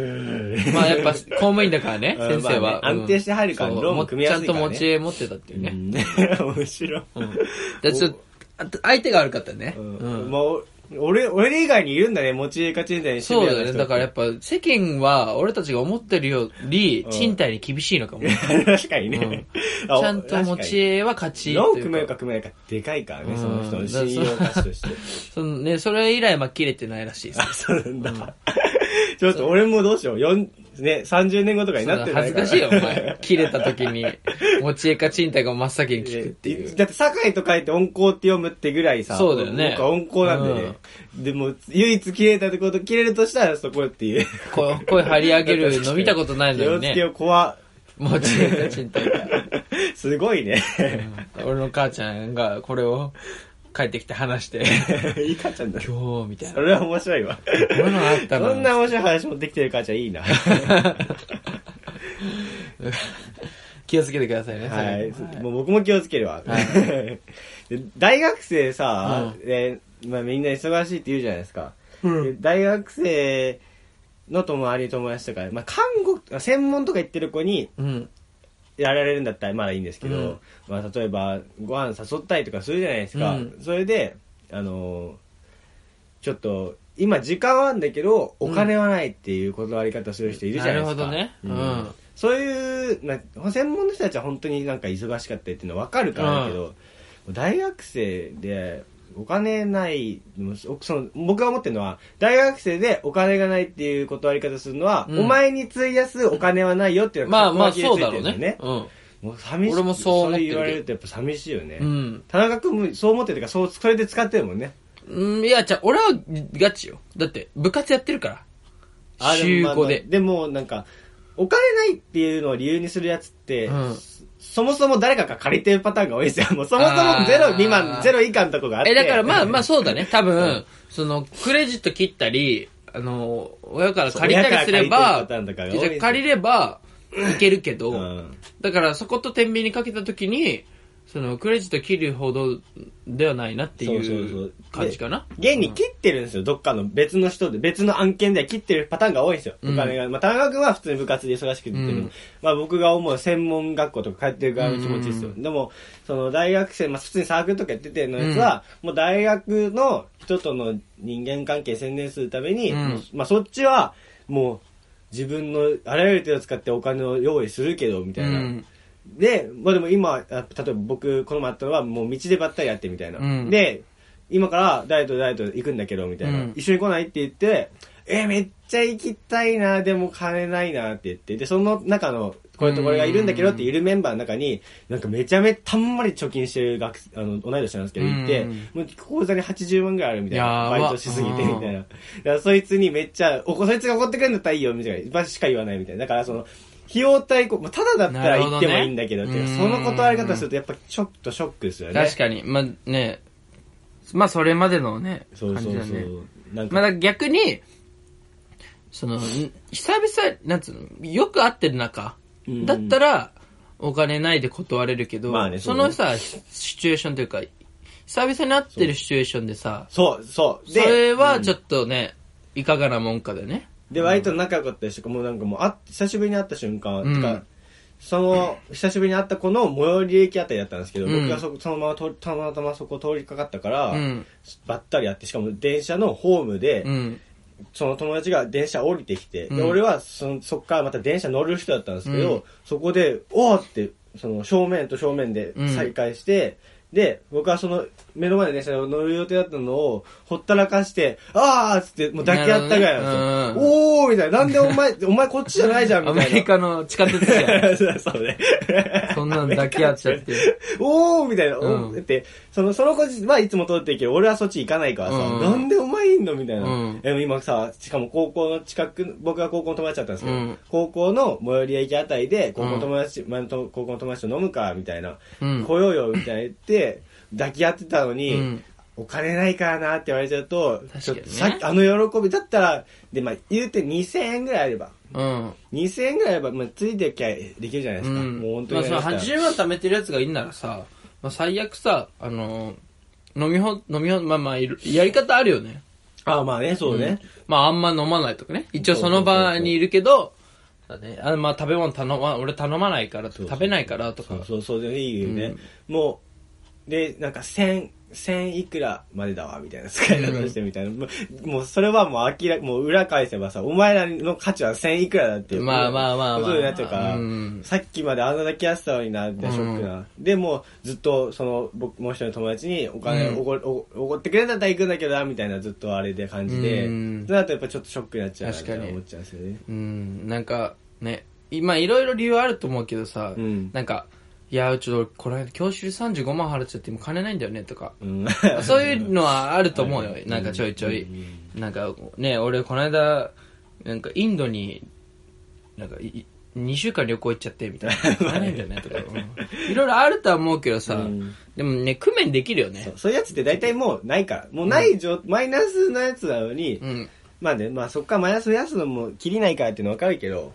A: ーん
B: まあやっぱ公務員だからね、
A: うん
B: 先生は。
A: まあね
B: うん
A: 安定して入るから
B: そう
A: ローンも組みやすいからね
B: ちゃんと持ち家持ってたっていうね。
A: うん 面白い。
B: じゃあちょっと、あと相手が悪かったね。うん
A: まあ、お俺、俺以外にいるんだね、持ち家か賃貸にして
B: そ
A: み
B: う
A: よ
B: だね。だからやっぱ世間は俺たちが思ってるより、賃貸に厳しいのかも。 ち
A: 確かにね。あ
B: ゃんと持ち家は勝ち。
A: ローン
B: と
A: 組め
B: い
A: る
B: う
A: か
B: か
A: 組めないかでかいから
B: う
A: ね、
B: ん
A: その人の信用価値と して。
B: そのね、それ以来まあ切れてないらしいです。
A: そうなんだ。ちょっと俺もどうしよう。よんね、30年後とかになって
B: そ
A: な
B: う恥
A: い
B: ず
A: から。
B: かしいよ、お前。切れた時に、持ち家か賃貸か真っ先に聞くっていう。
A: だって、堺と書いて温厚って読むってぐらいさ、
B: そうだよね
A: 僕は温厚なんでね。でも、唯一切れたってこと、切れるとしたらそこっていう。
B: 声声張り上げるの見たことないの
A: 気
B: に
A: をつけ
B: ね。
A: よ、怖っ。
B: 持ち家か賃貸 か。
A: すごいね。
B: 俺の母ちゃんがこれを帰ってきて話して、
A: いい母ちゃんだ。
B: 今日みたい
A: そ
B: な。
A: れは 面白いわ。
B: こういうのあったの
A: そんな面白い話もできてる母ちゃんい いな。
B: 気をつけてくださいね。
A: は
B: それ
A: い。もう僕も気をつけるわ。 で大学生さ、でまあ、みんな忙しいって言うじゃないですか。で大学生の友達友達とか、まあ、看護、専門とか行ってる子に
B: うん。
A: やられるんだったらまだいいんですけど、
B: うん
A: まあ、例えばご飯誘ったりとかするじゃないですか。
B: うん
A: それで、あのーちょっと、今時間はあるんだけど、お金はないっていう断り方する人いるじゃないですか。
B: なるほどねうん
A: そういう、な専門の人たちは本当になんか忙しかったりっていうのはわかるからだけど、大学生で、お金ない、もうその僕が思ってるのは、大学生でお金がないっていう断り方するのは、
B: うん
A: お前に費やすお金はないよっていうの
B: まあ
A: が
B: まあ
A: 格好
B: そう
A: が
B: だ
A: 切
B: ろ
A: れ
B: う
A: てるんだ
B: ね。うん。
A: もう寂しい
B: 俺もそう思ってるけ
A: れ
B: ど
A: 言われるとやっぱ寂しいよね、
B: うん
A: 田中君もそう思ってるからそうそれで使ってるもんね
B: うん、いや、じゃあ俺はガチよ。だって、部活やってるから。週
A: もまあま
B: 5
A: あ
B: で。
A: でもなんかお金ないっていうのを理由にするやつって、
B: うん
A: そもそも誰かが借りてるパターンが多いですよ。もうそもそもゼロ未
B: あー
A: 満、ゼロ以下のとこがあって。
B: え、だからまあまあ
A: そ
B: そうだね。多分、その、クレジット切ったり、あの、親から借りたりすれ
A: そう親から借りてるパ
B: ば、
A: ターンとかが多い
B: じゃあ借りれば、いけるけど、
A: うん
B: だからそこと天秤にかけた時に、その、クレジット切るほどではないなって
A: そうそう
B: い
A: そうう
B: 感じかな。
A: 現に切ってるんですよ、どっかの別の人で、別の案件では切ってるパターンが多いんですよ。
B: うん
A: お金が。まあ、田中君は普通に部活で忙しくて、
B: うん
A: まあ僕が思う専門学校とか通ってる側の気持ちですよ。
B: うん
A: でも、その大学生、まあ普通にサークルとかやっててのやつは、もう大学の人との人間関係専念するために、
B: うん
A: まあそっちは、もう、自分のあらゆる手を使ってお金を用意するけど、みたいな。
B: うん
A: で、まあでも今、あ例えば僕、この前あったのは、もう道でばったりやってみたいな。
B: うん
A: で、今からダイエットダイエット行くんだけど、みたいな、
B: うん
A: 一緒に来ないって言って、え、めっちゃ行きたいな、でも金ないなって言って、で、その中の、これとこれがいるんだけどっているメンバーの中に、なんかめちゃめちゃたんまり貯金してる学生、あの、同い年なんですけど、いて、
B: うん
A: もう口座に80万ぐらいあるみたい
B: や
A: な、
B: ば
A: バイトしすぎてみたいな
B: うん。
A: だからそいつにめっちゃ、おこそいつが怒ってくれるんだったらいいよ、みたいな。ばしか言わないみたいな。だからその、費用対効、まあ、た だだったら行ってもいいんだけどっていう
B: なるほ
A: そ
B: どね
A: の断り方するとやっぱちょっとショックですよね。
B: 確かに。まあね、まあそれまでのね、
A: そうそう
B: 感
A: そ
B: じだね。
A: う。なん
B: まあ
A: か、
B: だから逆に、その、ん久々、なんつうの、よく会ってる中
A: うん、
B: だったら、お金ないで断れるけど、
A: まあねそ
B: そう
A: ね
B: のさ、シシチュエーションというか、久々に会ってるシチュエーションでさ、
A: そうそう。
B: そ
A: で、
B: れは
A: うん
B: ちょっとね、いかがなもんかだよね。
A: で、割と仲良かったりして、もうなんかもう、あ、久しぶりに会った瞬間、
B: うん
A: てか、その、久しぶりに会った子の最寄り駅あたりだったんですけど、
B: う
A: 僕
B: ん
A: がそこ、そのまま通り、たまたまそこ通りかかったから、
B: うん
A: ばったり会って、しかも電車のホームで、
B: うん。
A: その友達が電車降りてきて、で、
B: うん
A: 俺はその、そっからまた電車乗る人だったんですけど、
B: うん
A: そこで、おーって、その、正面と正面で
B: うん
A: 再会して、で、僕はその、目の前の電車に乗る予定だったのを、ほったらかして、あーっつって、もう抱き合ったぐらいなんですよ。
B: なる
A: おーみたいな、なんでお前、お前こっちじゃないじゃん、み
B: ア
A: たいな。
B: メリカの地下鉄じゃん。
A: そう そうね。
B: そんなん抱き合っちゃ って。
A: おーみたいな。お
B: うん
A: だって、その、その子はいつも通ってるけど、俺はそっち行かないからさ、
B: うん
A: なんでお前いんのみたいな。
B: うん
A: でも今さ、しかも高校の近く、僕が高校の友達だったんですけど、
B: うん
A: 高校の最寄り駅あたりで、高校の友達、前のと高校の友達と飲むか、みたいな。
B: うん
A: 来ようよ、みたいな言って、抱き合ってたのに、
B: うん
A: お金ないからなって言われちゃうと、
B: 確かにね
A: ちょっとさっきあの喜びだったら、で、まあ、言うて2000円ぐらいあれば、
B: うん。
A: 2000円ぐらいあれば、まあ、ついてきゃできるじゃないですか。
B: うん
A: もう本当
B: ま
A: に
B: あそ
A: や
B: の
A: りたい
B: 80万貯めてるやつがいんならさ、まあ、最悪さあのー飲みほ飲みほまあまあいろやり方あるよね
A: ああ、まあね、そうね。
B: まああんま飲まないとかね一応その場にいるけどだねあまあ食べ物頼ま俺頼まないからとか
A: そうそう
B: 食べないからとか
A: そうそうそうでいいよね、もうでなんか1000 1000いくらまでだわみたいな使い方してみたいな、もうもうそれはもう明らもう裏返せばさお前らの価値は1000いくらだっていう
B: まあまあまあまあ
A: そういうことになっちゃうから、
B: うん
A: さっきまであんなだけやってたのになみたいなショックな、でもうずっとその僕もう一人の友達にお金
B: うん
A: おご,、おごってくれたら行くんだけどなみたいなずっとあれで感じで、
B: うん
A: その後やっぱちょっとショックになっちゃうな
B: 確かに
A: って思っちゃうんですよね
B: うんなんかね今いろいろ理由あると思うけどさ、
A: うん
B: なんかいやちょっとこれ教習35万払っちゃって今金ないんだよねとか
A: うん
B: そういうのはあると思うよ
A: はい。
B: なんかちょいちょい
A: うんうん。
B: なんかね、俺この間、なんかインドに、なんかい2週間旅行行っちゃってみたい な。ないんだよねとか。うんいろいろあるとは思うけどさ
A: ん、
B: でもね、工面できるよ
A: そ
B: ね
A: う。そういうやつって大体もうないから。もうない状、マイナスのやつなのに、
B: うん。
A: まあね、まあそっからマイナス増やすのも切りないからっていうのわかるけど、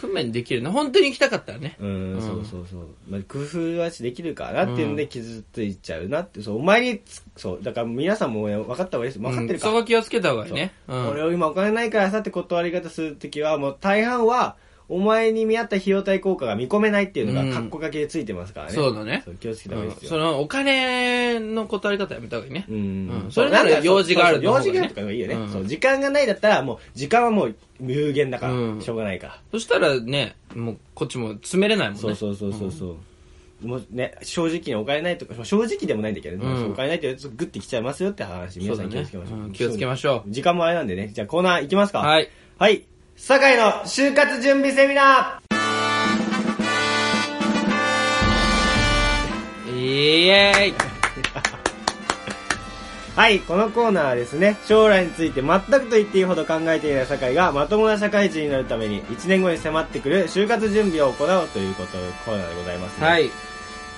B: 工面できるの。本当に行きたかったらね。
A: うん、
B: うん
A: そうそうそう。まあ工夫はしできるからなっていうので傷ついちゃうなって、そう、お前につ、そう、だから皆さんもね分かった方がいいです。分かってるか
B: うんそこは気をつけた方がいいね。う
A: 俺
B: ん。
A: を今お金ないからさって断り方するときは、もう大半は、お前に見合った費用対効果が見込めないっていうの
B: う
A: が、
B: ん
A: カッコ掛けでついてますからね。
B: そうだね
A: そう気をつけた方がいいです
B: そ
A: よ。
B: のお金の断り方やめた方がいいね。
A: うん
B: うんそれなら用事があ
A: そ
B: る
A: う
B: の
A: そう
B: 方
A: 用事
B: がね
A: があるとかがいいよね、
B: うん
A: そう時間がないだったらもう時間はもう有限だから、
B: うん
A: しょうがないから、
B: そしたらね、もうこっちも詰めれないもんね。
A: そうそうそうそうそう、もうね、正直にお金ないとか、正直でもないんだけどね、
B: うん
A: そうお金ないってグッてきちゃいますよって話、皆さん気をつけましょう。
B: そうだねうん気をつけましょう
A: そう時間もあれなんでね、じゃあコーナー行きますか。
B: はい。
A: はい。酒井の就活準備セミナー
B: イエーイ
A: はい、このコーナーはですね、将来について全くと言っていいほど考えていない酒井がまともな社会人になるために、1年後に迫ってくる就活準備を行うということ、コーナーでございますね。
B: はい。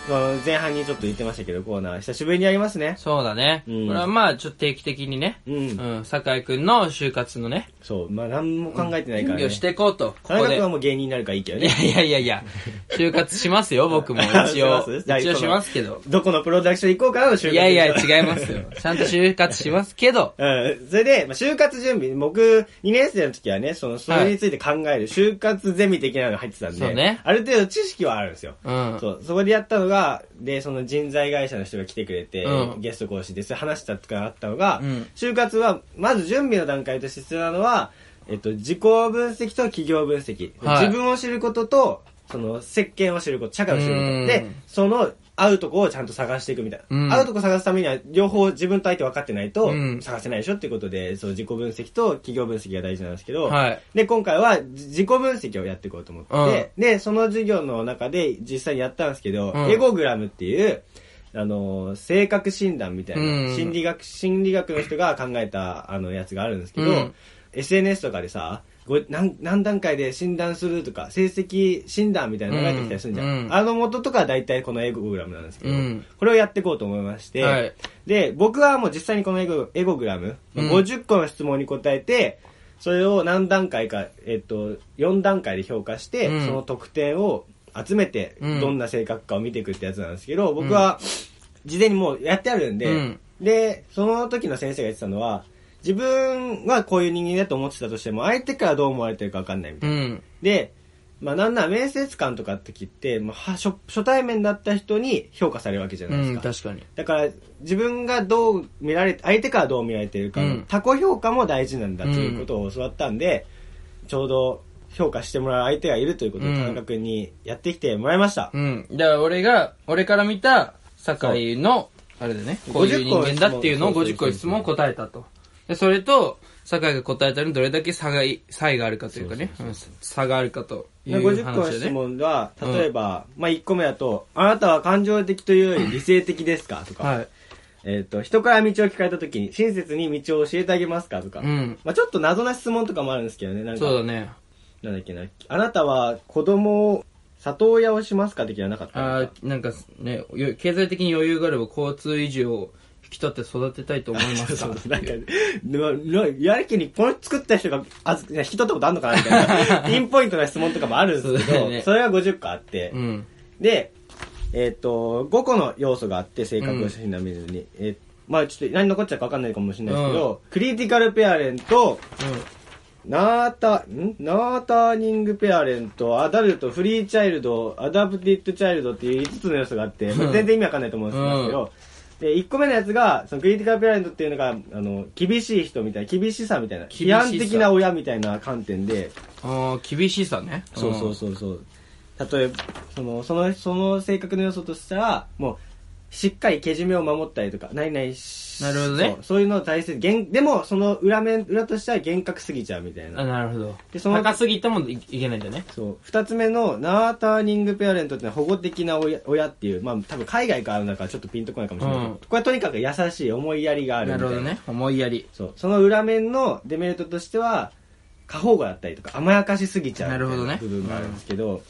A: その前半にちょっと言ってましたけど、コーナー、久しぶりにやりますね。
B: そうだね。
A: うん
B: これはまあ、ちょっと定期的にね、
A: うん
B: うん、酒井くんの就活のね、
A: そう、まあ何も考えてないか
B: 準
A: ら、ね。
B: 備をしていこうと、こ
A: 田
B: こ
A: 中
B: で。い
A: 君はもう芸人になるからいいけどね。
B: やいやいやいや、就活しま すよ、僕も。一応。
A: します
B: 一応しますけど。
A: どこのプロダクション行こうかなの就活
B: いやいや、
A: う。
B: 違いますよ。ちゃんと就活しますけ ど、
A: うん、それで、まあ、就活準備、僕、2年生の時はね、その、それについて考える、就活ゼミ的なのが入ってたんで、
B: そうね
A: ある程度知識はあるんですよ。
B: うん。
A: そう、そこでやったのが、で、その人材会社の人が来てくれて、
B: うん
A: ゲスト講師で、それ話したとかあったのが、
B: うん
A: 就活は、まず準備の段階として必要なのは、えっと、自己分析と企業分析。
B: はい
A: 自分を知ることと、その、石鹸を知ること、社会を知ること。
B: うん
A: で、その、合うとこをちゃんと探していくみたいな。
B: うん
A: 合うとこ探すためには、両方自分と相手分かってないと
B: うん、
A: 探せないでしょっていうことで、そう、自己分析と企業分析が大事なんですけど、
B: はい
A: で、今回はじ自己分析をやっていこうと思って、で、その授業の中で実際にやったんですけど、
B: うん
A: エゴグラムっていう、あのー、性格診断みたいな、
B: うん
A: 心理学、心理学の人が考えた、あの、やつがあるんですけど、
B: うん
A: SNS とかでさ、ご何何段階で診断するとか、成績診断みたいなのが出てきたりするじゃん。
B: うんうん
A: あの元とかは大体このエゴグラムなんですけど、
B: うん
A: これをやっていこうと思いまして、
B: はい
A: で、僕はもう実際にこのエゴエゴグラム、
B: うん
A: 50個の質問に答えて、それを何段階か、えっと、4段階で評価して、
B: うん
A: その得点を集めて、
B: うん
A: どんな性格かを見ていくってやつなんですけど、僕は事前にもうやってあるんで、
B: うん
A: で、その時の先生が言ってたのは、自分はこういう人間だと思ってたとしても、相手からどう思われてるか分かんないみたいな
B: うん
A: で、まあなんなら面接官とかってきって、まあ、は初初対面だった人に評価されるわけじゃないうです
B: ん
A: か。
B: 確かに
A: だから自分がどう見られて、相手からどう見られてるかの、
B: うん
A: 他己評価も大事なんだということを教わったんで、ちょうど評価してもらう相手がいるということを
B: うん
A: 田中君にやってきてもらいました。
B: うんだから俺が俺から見た酒井のあれでねこういう人間だっていうのを
A: 50
B: 50個
A: 個
B: の
A: の
B: 質
A: 質
B: 問
A: 問
B: を答えたとでそれと酒井が答えたのにどれだけ差がい差異があるかというかねうん差があるかとい
A: で
B: う
A: 50個の
B: 話
A: 質
B: でね
A: 問は、
B: うん
A: 例えば、まあ1個目だと、あなたは感情的というより理性的ですかとか、
B: はい
A: えっ、と、人から道を聞かれた時に親切に道を教えてあげますかとか、
B: うん
A: まあちょっと謎な質問とかもあるんですけどね、なんか、
B: そうだね
A: なんだっけな、あなたは子供を、里親をしますか的ななかった
B: あーなんかねよ経済的に余裕があれば交通維持を引き立て育てたいと思います か
A: そうなんか、ななやけにこの作った人があず引き取ったことあるのかなみた いな、ピンポイントな質問とかもあるんですけ
B: そうだ
A: ど、
B: よ
A: そ,、
B: ね
A: れが50個あって、
B: うん
A: で、えっ、と、5個の要素があって、性格を診断見るのに、えーまあちょっと何残っちゃうか分かんないかもしれないですけど、クリティカルペアレント、ナータ、んナーターニングペアレント、アダルト、フリーチャイルド、アダプティッドチャイルドっていう5つの要素があって、まあ全然意味わかんないと思うんですけど、で、1個目のやつが、そのクリティカルペアレントっていうのが、あの、厳しい人みたいな、厳しさみたいな、
B: 厳しさ
A: 批判的な親みたいな観点で、
B: うんあー厳しさね
A: そうそうそうそう。例えば、その、その、その性格の要素としたら、もう、しっかりけじめを守ったりとか、ないないし、
B: なるほどね
A: そう。そういうのを大切、げんでも、その裏面、裏としては厳格すぎちゃうみたいな
B: あ。なるほど
A: でその
B: 高すぎてもいいけないんだね
A: そう二つ目のナーターニングペアレントってのは保護的な親親っていうまあ多分海外からある中ちょっとピンとこないかもしれないけど、
B: うん
A: これはとにかく優しい思いやりがある
B: な
A: みた
B: る
A: い
B: ほ
A: な
B: どね思いやり
A: そうその裏面のデメリットとしては過保護だったりとか甘やかしすぎちゃうみたい
B: なるほどね
A: 部分があるんですけど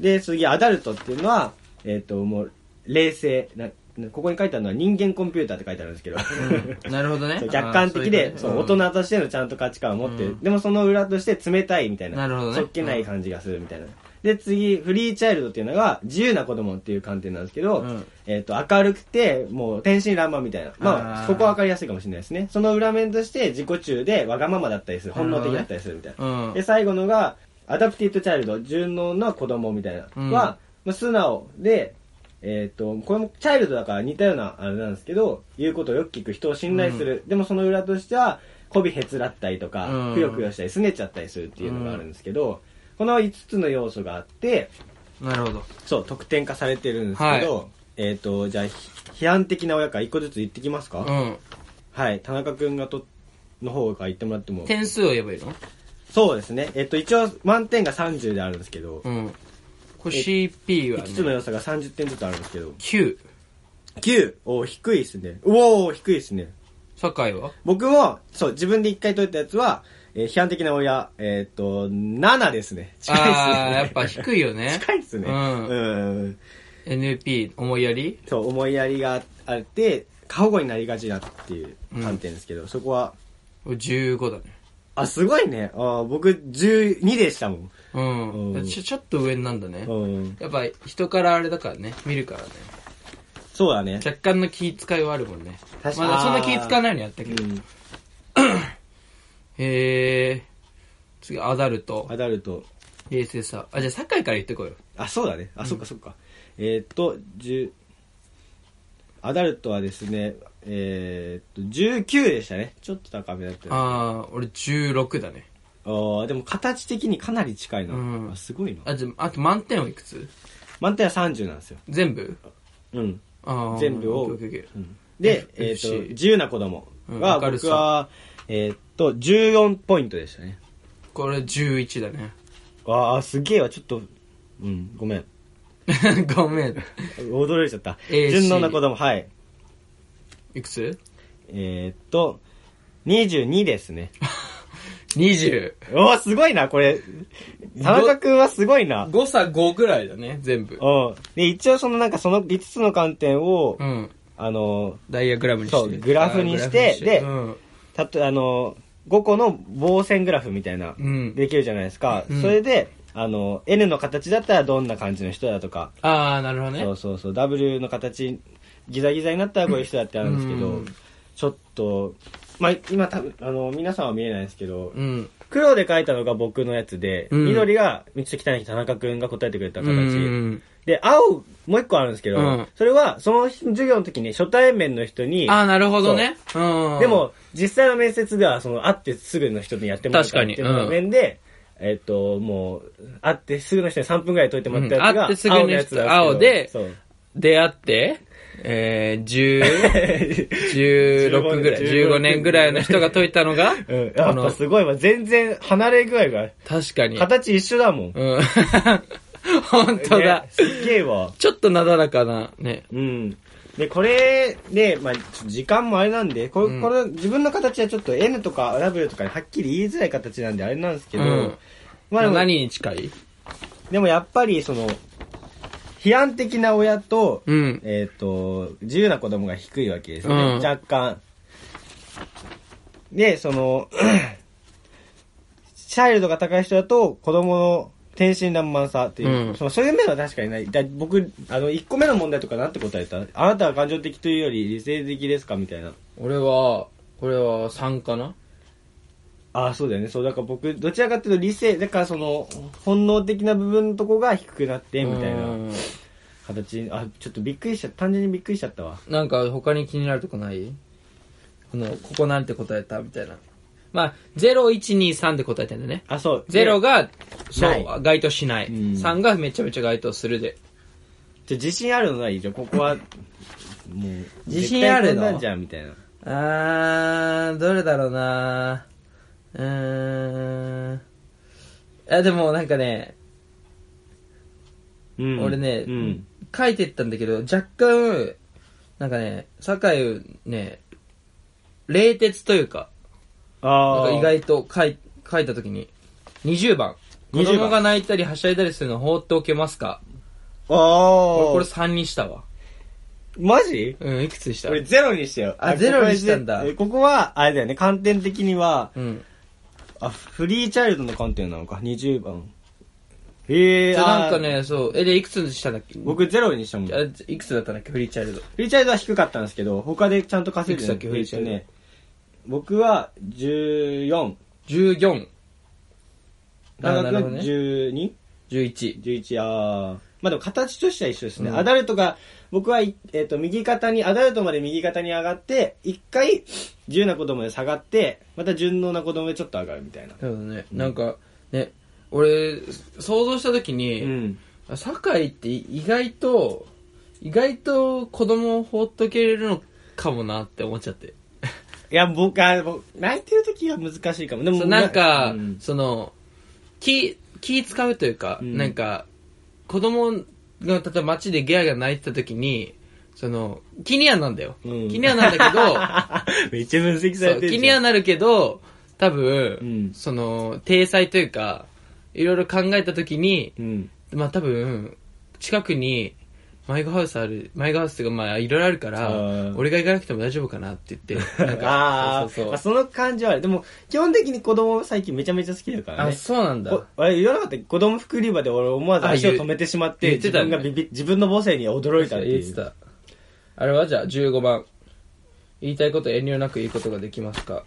A: で次アダルトっていうのはえっ、ともう冷静ななここに書いてあるのは人間コンピューターって書いてあるんですけど、
B: なるほどね
A: そう客観的でそう
B: 人
A: 大人としてのちゃんと価値観を持ってる、
B: うん
A: でもその裏として冷たいみたいな
B: なるほどね
A: そっけない感じがするみたいな、で次フリーチャイルドっていうのが自由な子供っていう観点なんですけど、
B: うん
A: えっと明るくてもう天真爛漫みたいなま
B: あ
A: あ
B: ー
A: ここは分かりやすいかもしれないですねその裏面として自己中でわがままだったりする本能的だったりするみたいな、
B: うん
A: で最後のがアダプティッドチャイルド順応の子供みたいな、
B: うん
A: は、まあ、素直でえっとこれもチャイルドだから似たようなあれなんですけど言うことをよく聞く人を信頼する、でもその裏としては媚びへつらったりとか、
B: うん
A: くよくよしたりすねちゃったりするっていうのがあるんですけど、この5つの要素があって
B: なるほど
A: そう得点化されてるんですけど、えっとじゃあひ批判的な親から1個ずつ言ってきますか、
B: うん
A: はい田中君がとの方から言ってもらっても
B: 点数を言えばいいの
A: そうですねえっと一応満点が30であるんですけど、
B: うんこれ CP
A: い
B: は
A: くつの
B: ね
A: 良さが30点ずつあるんですけど。
B: 9
A: 9! お低いですね。うおー、低いですね。
B: 酒井は
A: 僕も、そう、自分で1回解いたやつは、えー批判的な親、えーっと、7ですね。近いですね。
B: ああーやっぱ低いよね
A: 近いですね。
B: う
A: うん。
B: ん NP 思いやり
A: そう、思いやりがあって、過保護になりがちだっていう観点ですけど、そこは、
B: 15だね
A: あ、すごいね。あー僕、12でしたもん。
B: う
A: うんん
B: ちょちょっと上なんだね
A: うん。
B: やっぱ人からあれだからね見るからね
A: そうだね。
B: 若干の気遣いはあるもんね
A: 確か
B: ま
A: に
B: だそんな気遣わないようにやった
A: う
B: けど
A: ん。
B: へえ次アダルト
A: アダルト。
B: 冷静さあじゃあ酒井から言ってこいよ
A: あ、そうだね。あ、そっかそっか。えーっと、10、アダルトはですね、えーっと、19でしたね。ちょっと高めだったよ
B: ああ俺16だね
A: あーでも形的にかなり近いな。
B: うん
A: あすごいな。
B: あじゃああと満点はいくつ
A: 満点は30なんですよ。
B: 全部
A: うん。
B: あー
A: 全部を
B: オッケーオッケーオッケ
A: う
B: ー
A: んで、えっ、
B: FC
A: と、自由な子供
B: う
A: は、
B: ん明るさ
A: 僕は、えっ、と、14ポイントでしたね。
B: これ11だね
A: ああ、すげえわ、ちょっと、うん、ごめん。
B: ごめん
A: 驚いちゃった。
B: AC
A: 順応な子供、はい。
B: いくつ
A: えーっと、22ですね。
B: ?25
A: おーすごいな、これ。田中くんはすごいな。
B: 差5ぐらいだね全部
A: うん。で、一応そのなんかその5つの観点を、
B: うん
A: あの、
B: ダイヤグラムにして
A: そうグラフにして
B: あーグラフに
A: で
B: うん
A: たと、あの、5個の棒線グラフみたいな、
B: うん
A: できるじゃないですか。
B: うん
A: それで、あの、N の形だったらどんな感じの人だとか、
B: ああなるほど
A: そ
B: ね
A: うそうそう、W の形、ギザギザになったらこういう人だってあるんですけど、
B: うん
A: ちょっと、まあ、今多分、あの、皆さんは見えないんですけど、
B: うん
A: 黒で書いたのが僕のやつで、
B: うん
A: 緑が道と汚い田中くんが答えてくれた形。
B: うん
A: で、青、もう一個あるんですけど、
B: うん
A: それは、その授業の時に初対面の人に、
B: ああなるほどねうん
A: でも、実際の面接では、その、会ってすぐの人にやってもらったっていう
B: 確かにうん
A: 場面で、えっと、もう、会ってすぐの人に3分ぐらい解いてもらった
B: うん会っ
A: や
B: て
A: つ
B: す
A: が、
B: ぐの
A: 青
B: 人
A: のやつだ
B: 青で
A: そう
B: 出会ってえー、10 16ぐらい15年ぐらいの人が解いたのが、
A: うん、や
B: あ
A: っぱ
B: の
A: すごいわ。全然離れ具合が、
B: 確かに
A: 形一緒だもん。
B: うん 本当だ、
A: ねすっげえわ。
B: ちょっとなだらかなね
A: うん。で、これで、まあ、ちょっと時間もあれなんで、これ、
B: うん
A: これ、自分の形はちょっと N とか W とかにはっきり言いづらい形なんであれなんですけど、
B: うん
A: まあでも
B: 何に近い
A: でもやっぱり、その、批判的な親と、
B: うん
A: えっ、と、自由な子供が低いわけですね、
B: うん
A: 若干。で、その、 チャイルドが高い人だと、子供の天真爛漫さっていう、
B: うん
A: そのそういう面は確かにない。だ僕、あの、1個目の問題とかなんて答えたあなたは感情的というより理性的ですかみたいな。
B: 俺はこれは3かな
A: ああ、そうだよね。そう、だから僕、どちらかというと理性、だからその、本能的な部分のとこが低くなって、みたいな
B: うん
A: 形に、あ、ちょっとびっくりしちゃった、単純にびっくりしちゃったわ。
B: なんか他に気になるとこないこの、ここなんて答えたみたいな。まあ、0、1、2、3で答えてんだよね。
A: あ、そう。
B: 0が、そ、
A: ないう
B: 該当しない。
A: うん
B: 3がめちゃめちゃ該当するで。
A: じゃあ自信あるのはいいじゃんここはもう
B: 自信あ
A: 絶対
B: るの
A: こんなんじゃんみたいな
B: あー、どれだろうなうーん。あ、でもなんかね、
A: うん
B: 俺ね、
A: うん
B: 書いてったんだけど、若干、なんかね、酒井ね、冷徹というか、なん
A: あ
B: か
A: あ
B: 意外と書い書いた時に20番子
A: 20番
B: 供が泣いたりはしゃいだりするの放っておけますか俺
A: あ
B: これ
A: あ
B: 3にしたわ
A: マジ
B: うんいくつにした
A: 俺ゼロにしたよ
B: あゼロにしたんだ
A: ここでえここはあれだよね観点的には
B: うん
A: あフリーチャイルドの観点なのか20番へえ
B: じゃあなんか
A: あー
B: ねそうえでいくつにしたんだっけ
A: 僕ゼロにしたもん
B: あ
A: フ
B: いくつだったんだっけフリーチャイルド
A: リーチャイルドは低かったんですけど他でちゃんと稼いで
B: いくつだっけフリーチャイルド
A: えっとね僕は14
B: 14あ
A: 長
B: な
A: く
B: るほどね
A: 12?
B: 11
A: 11あーまあでも形としては一緒ですね、
B: うん
A: アダルトが僕はい、えっと右肩にアダルトまで右肩に上がって一回自由な子供で下がってまた順応な子供でちょっと上がるみたいな
B: そうだねなんかね俺想像した時
A: う
B: に、
A: ん
B: 酒井って意外と意外と子供を放っとけれるのかもなって思っちゃって
A: いや僕は僕泣いてる時は難しいかもで
B: そ
A: も
B: うなんか、
A: うん
B: その気気使うというか、
A: うん
B: なんか子供が例えば街でギャーギャー泣いてた時にその気にはなんだよ、
A: うん
B: 気にはな んだ
A: めっちゃ分析
B: け
A: さ
B: ど
A: れ
B: そう
A: てる
B: 気にはなるけど多分、
A: うん
B: その体裁というかいろいろ考えた時に
A: うん
B: まあ多分近くにマイガハウスあるマイガハウスとかまあいろいろあるから
A: うん
B: 俺が行かなくても大丈夫かなって 言ってなんか
A: あー
B: そうそ
A: まあ
B: うそう
A: その感じはあるでも基本的に子供最近めちゃめちゃ好きだから
B: あ
A: ね
B: そうなんだ
A: こあれ言わなかったっけ子供服売り場で俺思わず足を止めてしまって
B: あ言う
A: 自分がビビ自分の母性に驚いたっていう
B: 言ってたあれはじゃあ15番言いたいこと遠慮なく言うことができますか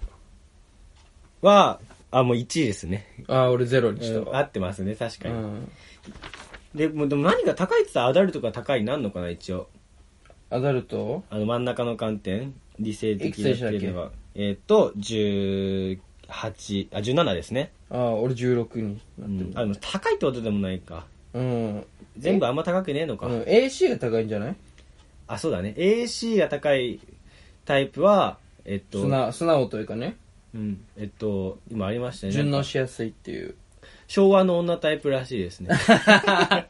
A: は、あ、もう1位ですね。
B: ああ俺ゼロにし
A: う
B: た
A: ん合
B: わ、
A: ってますね、確か
B: う
A: に。
B: ん、
A: でもでも何が高いって言ったらアダルトが高いになんのかな、一応。
B: アダルト
A: あの真ん中の観点、理性
B: いく
A: 的だ
B: つで
A: っ
B: してたっけ
A: いうのは。えっ、と、18、あ、17ですね。
B: ああ俺16に
A: う
B: なって
A: ん
B: る、
A: あ、でも高いってことでもないか。
B: うん、
A: 全部あんま高くねえのか。
B: うん AC が高いんじゃない
A: あそうだね AC が高いタイプはえっと
B: 素直素直というかね
A: うんえっと今ありましたね
B: 順
A: なん
B: 応
A: か
B: しやすいっていう
A: 昭和の女タイプらしいですね
B: あ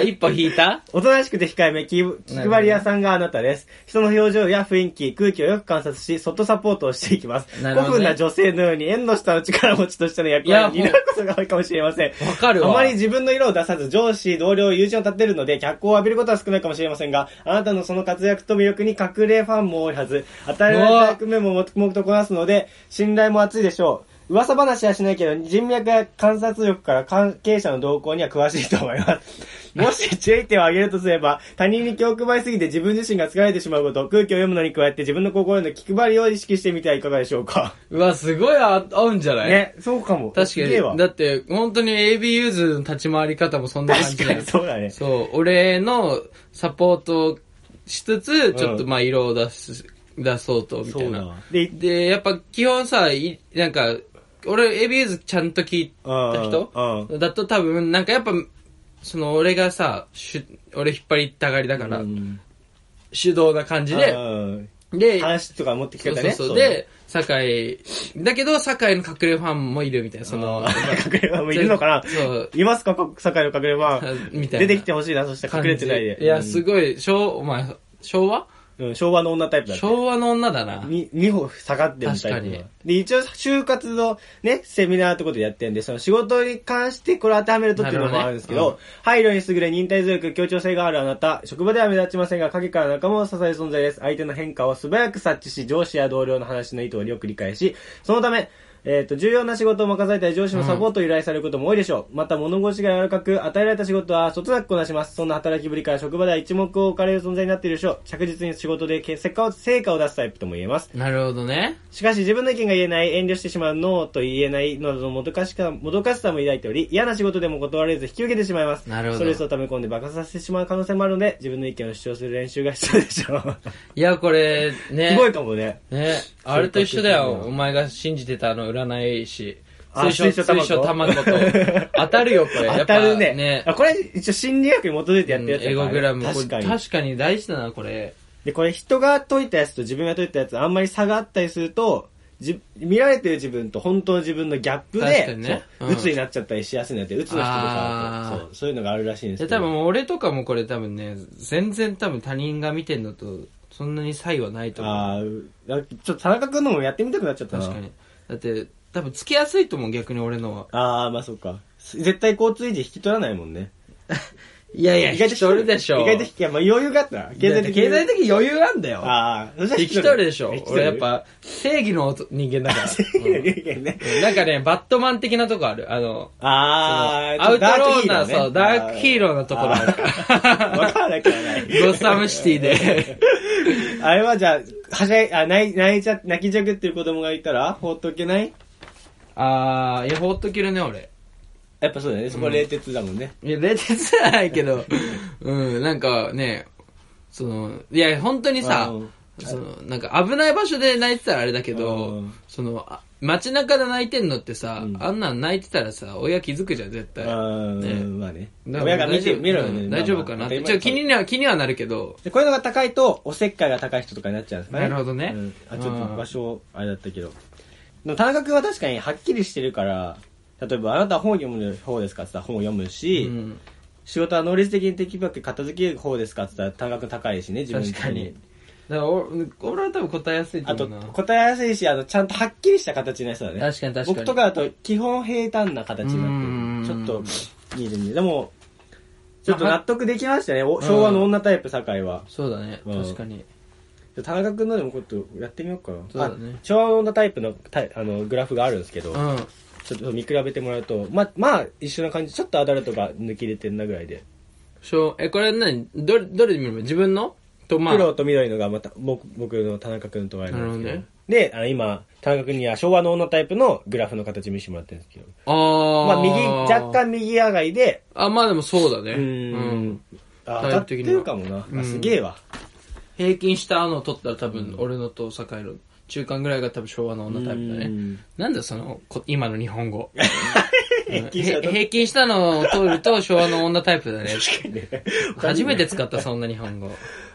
B: ー一歩引いた
A: おとなしくて控えめ気気配り屋さんがあなたです人の表情や雰囲気空気をよく観察しそっとサポートをしていきます、
B: なる
A: 古
B: ほど
A: 風
B: ね
A: な女性のように縁の下の力持ちとしての役割を
B: いや
A: 担うことが多いかもしれません
B: わかるわ
A: あまり自分の色を出さず、上司、同僚、友人を立てるので、脚光を浴びることは少ないかもしれませんが、あなたのその活躍と魅力に隠れファンも多いはず、与えられた役目も黙々とこなすので、信頼も厚いでしょう。噂話はしないけど、人脈や観察力から関係者の動向には詳しいと思い ます。もし注意点を挙げるとすれば、他人に気を配りすぎて自分自身が疲れてしまうこと、空気を読むのに加えて自分の心の気配りを意識してみてはいかがでしょうか。
B: うわすごいあ合うんじゃない、
A: ね、そうかも。
B: 確か
A: すげえわ
B: にだって本当に AB ユーズの立ち回り方もそんな感
A: 確
B: じ
A: かに
B: だよ
A: そうだね。
B: そう、俺のサポートをしつつ、ちょっと
A: うん
B: まあ色を出す、出そうと、みたい
A: そうだわ
B: な。
A: で
B: で、やっぱ基本さ、いなんか、俺、エビューズちゃんと聞いた
A: うんう
B: 人だと多分、なんかやっぱ、その俺がさ、しゅ俺引っ張りたがりだから、
A: うん
B: 主導な感じで、
A: うん
B: で、
A: 話とか持ってき
B: そう
A: 方
B: そう
A: ね。
B: そう、で、酒井、だけど酒井の隠れファンもいるみたいな、その、
A: 隠れファンもいるのかな
B: そう
A: いますかか酒井の隠れファン。
B: みたいな
A: 出てきてほしいな、そして隠れてないで。
B: いや、す
A: い。
B: ごい、昭、お前、昭和
A: うん、昭和の女タイプだって。
B: 昭和の女だな。
A: に、2歩下がってるタイプ
B: 確か
A: だ
B: に
A: で、一応、就活のね、セミナーってことでやってるんで、その仕事に関してこれ当てはめるとっていうのもあるんですけ
B: なる
A: ど、配慮に優れ、忍耐強く、協調性があるあなた、職場では目立ちませんが、影から仲間を支える存在です。相手の変化を素早く察知し、上司や同僚の話の意図をよく理解し、そのため、えっ、と、重要な仕事を任されたり、上司のサポートを依頼されることも多いでしょう。また、物腰が柔らかく、与えられた仕事は、そつなくこなします。そんな働きぶりから、職場では一目置かれる存在になっているでしょう。着実に仕事で結果を、成果を出すタイプとも言えます。
B: なるほどね。
A: しかし自分の意見が言えない、遠慮してしまう、ノーと言えないなどのもどかしかもどかしさも抱いており、嫌な仕事でも断れず引き受けてしまいます。
B: なるほど
A: ストレスを溜め込んで爆発させてしまう可能性もあるので、自分の意見を主張する練習が必要でし ょう。
B: いや、これ、ね。
A: すごいかもね。
B: ね。あれと一緒だ
A: そう
B: よ
A: か。
B: お前が信じてたあの占い師。
A: あ
B: 水晶卵と。 当たるよ、これ。や
A: 当
B: っぱ
A: たるね。
B: ね。
A: あこれ一応心理学に基づいてやってるやつだ
B: エ
A: から
B: ゴ
A: ね
B: グラム。これ
A: 確かに。
B: 確かに大事だな、これ。
A: で、これ人が解いたやつと自分が解いたやつあんまり差があったりすると、じ見られてる自分と本当の自分のギャップ
B: 確か
A: で、
B: にね
A: そう
B: うん
A: 鬱になっちゃったりしやすいんだって、鬱の人とか
B: あ
A: だ
B: ー
A: とそう、そういうのがあるらしいんです
B: で、
A: けど。
B: 多分俺とかもこれ多分ね、全然多分他人が見てんのと、そんなに差異はないと思う。
A: ああ、うちょっと田中君のもやってみたくなっちゃったな。
B: 確かに。だって、多分つきやすいと思う、逆に俺のは。
A: ああ、まあそうか。絶対交通維持引き取らないもんね。
B: いやいや、
A: 意
B: 意
A: 外
B: 外
A: と引き
B: と
A: 取る
B: るでしょ。
A: 意外と引き、いやまあ余裕があったな。経済的に。
B: 経済的余裕あんだよ。
A: ああ、そしたら
B: 引き取るでしょ
A: 引き。取る
B: 俺やっぱ、正義の人間だ から。
A: いやいやいやね。
B: うんなんかね、バットマン的なとこある。あの、
A: ああ、
B: アウトローな、
A: ち
B: そ
A: ょっ
B: う、
A: と
B: ダ
A: ダ
B: ー
A: ー
B: ク
A: ク
B: ヒ
A: ヒ
B: ー
A: ーロ
B: ローなところあるか
A: ー ね。わからなきゃない。
B: ら。ゴサムシティで。
A: あれはじゃあ、はしゃい、あ、泣い、泣いちゃ、泣きじゃくってる子供がいたら、放っとけない
B: あー、いや、ほっとけるね、俺。
A: やっぱそうだね。そこは冷徹だもんね。
B: いや、冷徹じゃない けど、うん、なんかね、その、いや、本当にさ
A: うん、
B: その、なんか危ない場所で泣いてたらあれだけ
A: う
B: ど
A: ん、
B: その、あ街中で泣いてんのってさ、あんなん泣いてたらさ、親気づくじゃん、絶対。
A: うん、
B: ね
A: まあね。
B: だから
A: 親が見て、
B: 大丈夫
A: 見ろよ
B: う
A: ね。
B: ん大丈夫か
A: ま
B: な
A: あ
B: っ
A: まあ
B: て。ちょ、気には、気にはなるけど。
A: で、こういうのが高いと、おせっかいが高い人とかになっちゃうんですかね。
B: なるほどね
A: うんあ、ちょっ
B: う
A: と
B: ん
A: 場所、あれだったけど。でも田中君は確かにはっきりしてるから、例えばあなたは本を読む方ですかって言ったら本を読む
B: う
A: し、
B: ん。
A: 仕事は能率的に的確片付ける方ですかって言ったら田中君高いしね、自分的
B: 確かに。だからお俺は多分答えやすいと
A: あ
B: 思
A: と、
B: うな。
A: 答えやすいし、あの、ちゃんとはっきりした形のやつだね。
B: 確かに確かに
A: 僕とかだと、基本平坦な形になって
B: う
A: る。
B: ん
A: ちょっと、見るね。でも、ちょっと納得できましたね。お昭和の女タイプ、酒井は。
B: そうだね、
A: うん
B: 確かに。
A: じゃあ田中君のでもちょっとやってみようかな。
B: そうだね
A: あ昭和の女タイプのタイあのグラフがあるんですけど、
B: うん。
A: ちょっと見比べてもらうと、ま、まあ、一緒な感じ。ちょっとアダルトが抜き出てんなぐらいで。
B: しょう、え、これ何どれ、どれで見るの自分のと、まあ。
A: 黒と緑のがまた僕僕の田中君とあれなんですけど。
B: なるほ
A: で、あの今、田中君には昭和の女タイプのグラフの形見せてもらってるんですけど。
B: あー。
A: まあ、右、若。干右上がりで、
B: あ、まあでもそうだね。
A: うーん。あ当
B: タイ
A: たっ
B: プ
A: て
B: 的に
A: る
B: は
A: かもな。
B: う
A: あ
B: ん
A: すげえわ。
B: 平均したのを取ったら多分、俺のと酒井の中間ぐらいが多分昭和の女タイプだ
A: う
B: ね
A: ん。
B: なんだその、こ今の日本語。
A: 平均した
B: へ
A: と
B: 平均したのを取ると昭和の女タイプだね。 初め
A: て。
B: て使った、そんな日本語。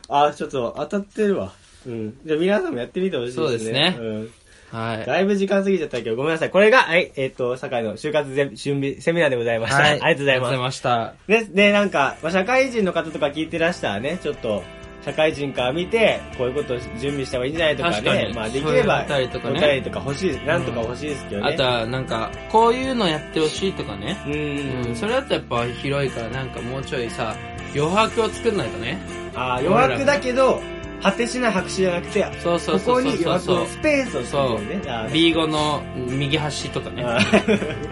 A: あ、ちょっと当たってるわ。うん。じゃあ皆さんもやってみてほしいですね。
B: そうですね
A: うん
B: はい。
A: だいぶ時間過ぎちゃったけど、ごめんなさい。これが、はい、えっ、と、堺の就活ゼミ準備セミナーでございました。
B: は
A: ありがとうございます。
B: ました。
A: で、で、なんか、まあ、社会人の方とか聞いてらしたらね、ちょっと、社会人から見て、こういうことを準備した方がいいんじゃないとかね、
B: 確かに
A: まあ、できれば、
B: そういうお便りとかね
A: お便りとか欲しい、なんとか欲しいですけどね。
B: あとは、なんか、こういうのやってほしいとかね。
A: うん、
B: うん、それだとやっぱ広いから、なんかもうちょいさ、余白を作んないとね。
A: あー余白だけど、果てしない白紙じゃなくて、
B: そうそう
A: こ
B: そ
A: こ
B: うそう
A: に余白
B: そ
A: の
B: う。
A: スペースを作るよね。あー
B: B5 の右端とかね。
A: あー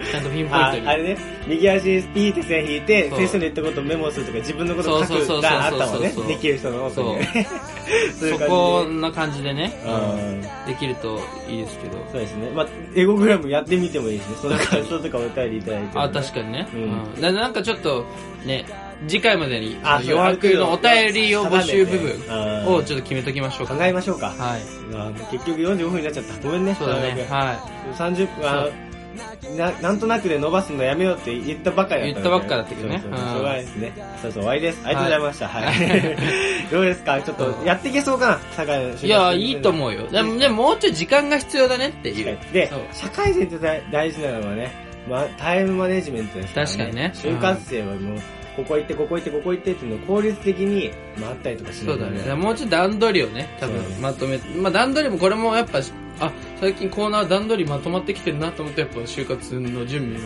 B: ちゃんとピンポ
A: あ
B: イント
A: あ
B: に。
A: れね、右足ピーって線引いて、
B: そう
A: 先生の言ったことをメモするとか、自分のことを書
B: そうそうそうそうそう
A: くがあったもんね
B: そうそうそう。
A: できる人の多くにね。 そうい感じ
B: そう
A: で
B: こんな感じでね、
A: うん
B: できるといいですけど。
A: そうですね。まあ、エゴグラムやってみてもいいですね。その感想とかお便りいただいても、
B: あ、確かにね。う
A: うんん
B: ななんかちょっと、ね、次回までに、
A: あ
B: その余白のお便りを募集部分
A: 定めて
B: をちょっと決めときましょうか。
A: 考えましょうか。
B: はい。
A: あもう結局45分になっちゃった。ごめんね。
B: そうだね。は
A: 30分、あななんとなくで伸ばすのやめようって言ったばっかりだったので
B: 言ったばっかだったけどね
A: そうそう
B: うん
A: しょうがないですね。そうそう、終わりです。ありがとうございました。はい。 どうですかちょっ
B: う
A: と
B: ん
A: やっていけそうかな堺の就活
B: い。いや、いいと思うよ。でも、でももうちょい時間が必要だねっていう。
A: で
B: そう、
A: 社会人って大大事なのはね、ま、タイムマネジメントですから、ね。
B: 確かにね
A: 就活生はもう、ここ行って、ここ行って、ここ行ってっていうのを効率的に回ったりとかしな
B: そう
A: いと
B: だ
A: ね
B: ね。だからもうちょっと段取りをね、多
A: そうだ
B: 分
A: ね
B: まとめ、まあ段取りもこれもやっぱ、あ、最近コーナー段取りまとまってきてるなと思って、やっぱ就活の準備を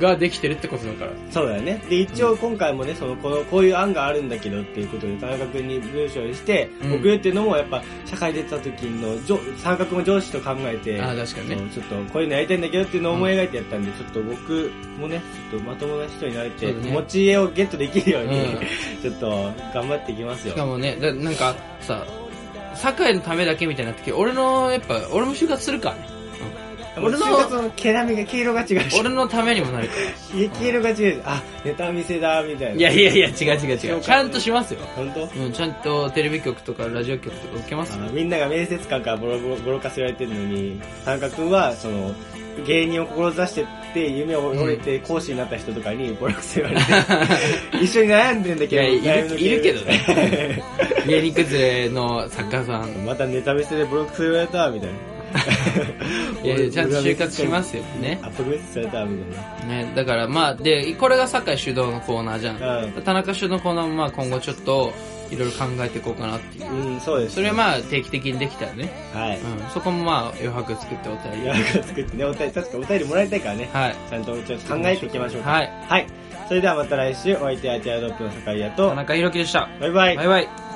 B: ができてるってことだから。
A: そうだよね。で、一応今回もね、その、この、こういう案があるんだけどっていうことで、田中君に文章にして
B: うん、
A: 送るっていうのも、やっぱ、社会出た時の、上三角も上司と考えて、
B: あ確かにね
A: そうちょっと、こういうのやりたいんだけどっていうのを思い描いてやったんで、ちょっと僕もね、ちょっとまともな人になれ
B: そ
A: て、
B: うだね
A: 持ち家をゲットできるように、
B: うん
A: ちょっと、頑張っていきます
B: しか
A: よ。
B: もね、だなんかさ、堺のためだけみたいになってきて、俺の、やっぱ、俺も就活するからね。
A: 俺の
B: 俺の
A: 就活の毛並みが、毛色が違うし
B: 俺、のためにもなるか
A: 毛色が違うし、あ、ネタ見せだ、みたい
B: ら。
A: な。
B: いやいやいや、違う違う違う。ちゃんとしますよ。
A: 本当
B: うん、ちゃんとテレビ局とかラジオ局とか受け ますよ。
A: あみんなが面接官からボロボロボロかせられてるのに、田中君は、その、芸人を志してって、夢を折れて講師になった人とかにボロかせられ て、一緒に悩んでんだけど、
B: いやいる
A: 悩みの
B: いるけど
A: 原因
B: ね。芸人崩れの作家さん。。
A: またネタ見せでボロかせられた、みたいな
B: いやいやちゃんと就活しますよね
A: アップグレードされた、みたいな。
B: ね、だからまあ、で、これが堺主導のコーナーじゃん。
A: うん
B: 田中主導のコーナーもまあ今後ちょっと、いろいろ考えていこうかなっていう。
A: うん、そうです。
B: それはまあ定期的にできたらね。
A: はい。
B: うん、そこもまあ余白作ってお便り
A: や。作ってね、お便り、確かお便りもらいたいからね。
B: はい。
A: ちゃんとちょっと考えていきましょうか。
B: はい。
A: はい。それではまた来週、お相手はアイティアドロップの酒井屋
B: 田
A: と、
B: 中宏樹でした。
A: バイバイ
B: バイ。バイ。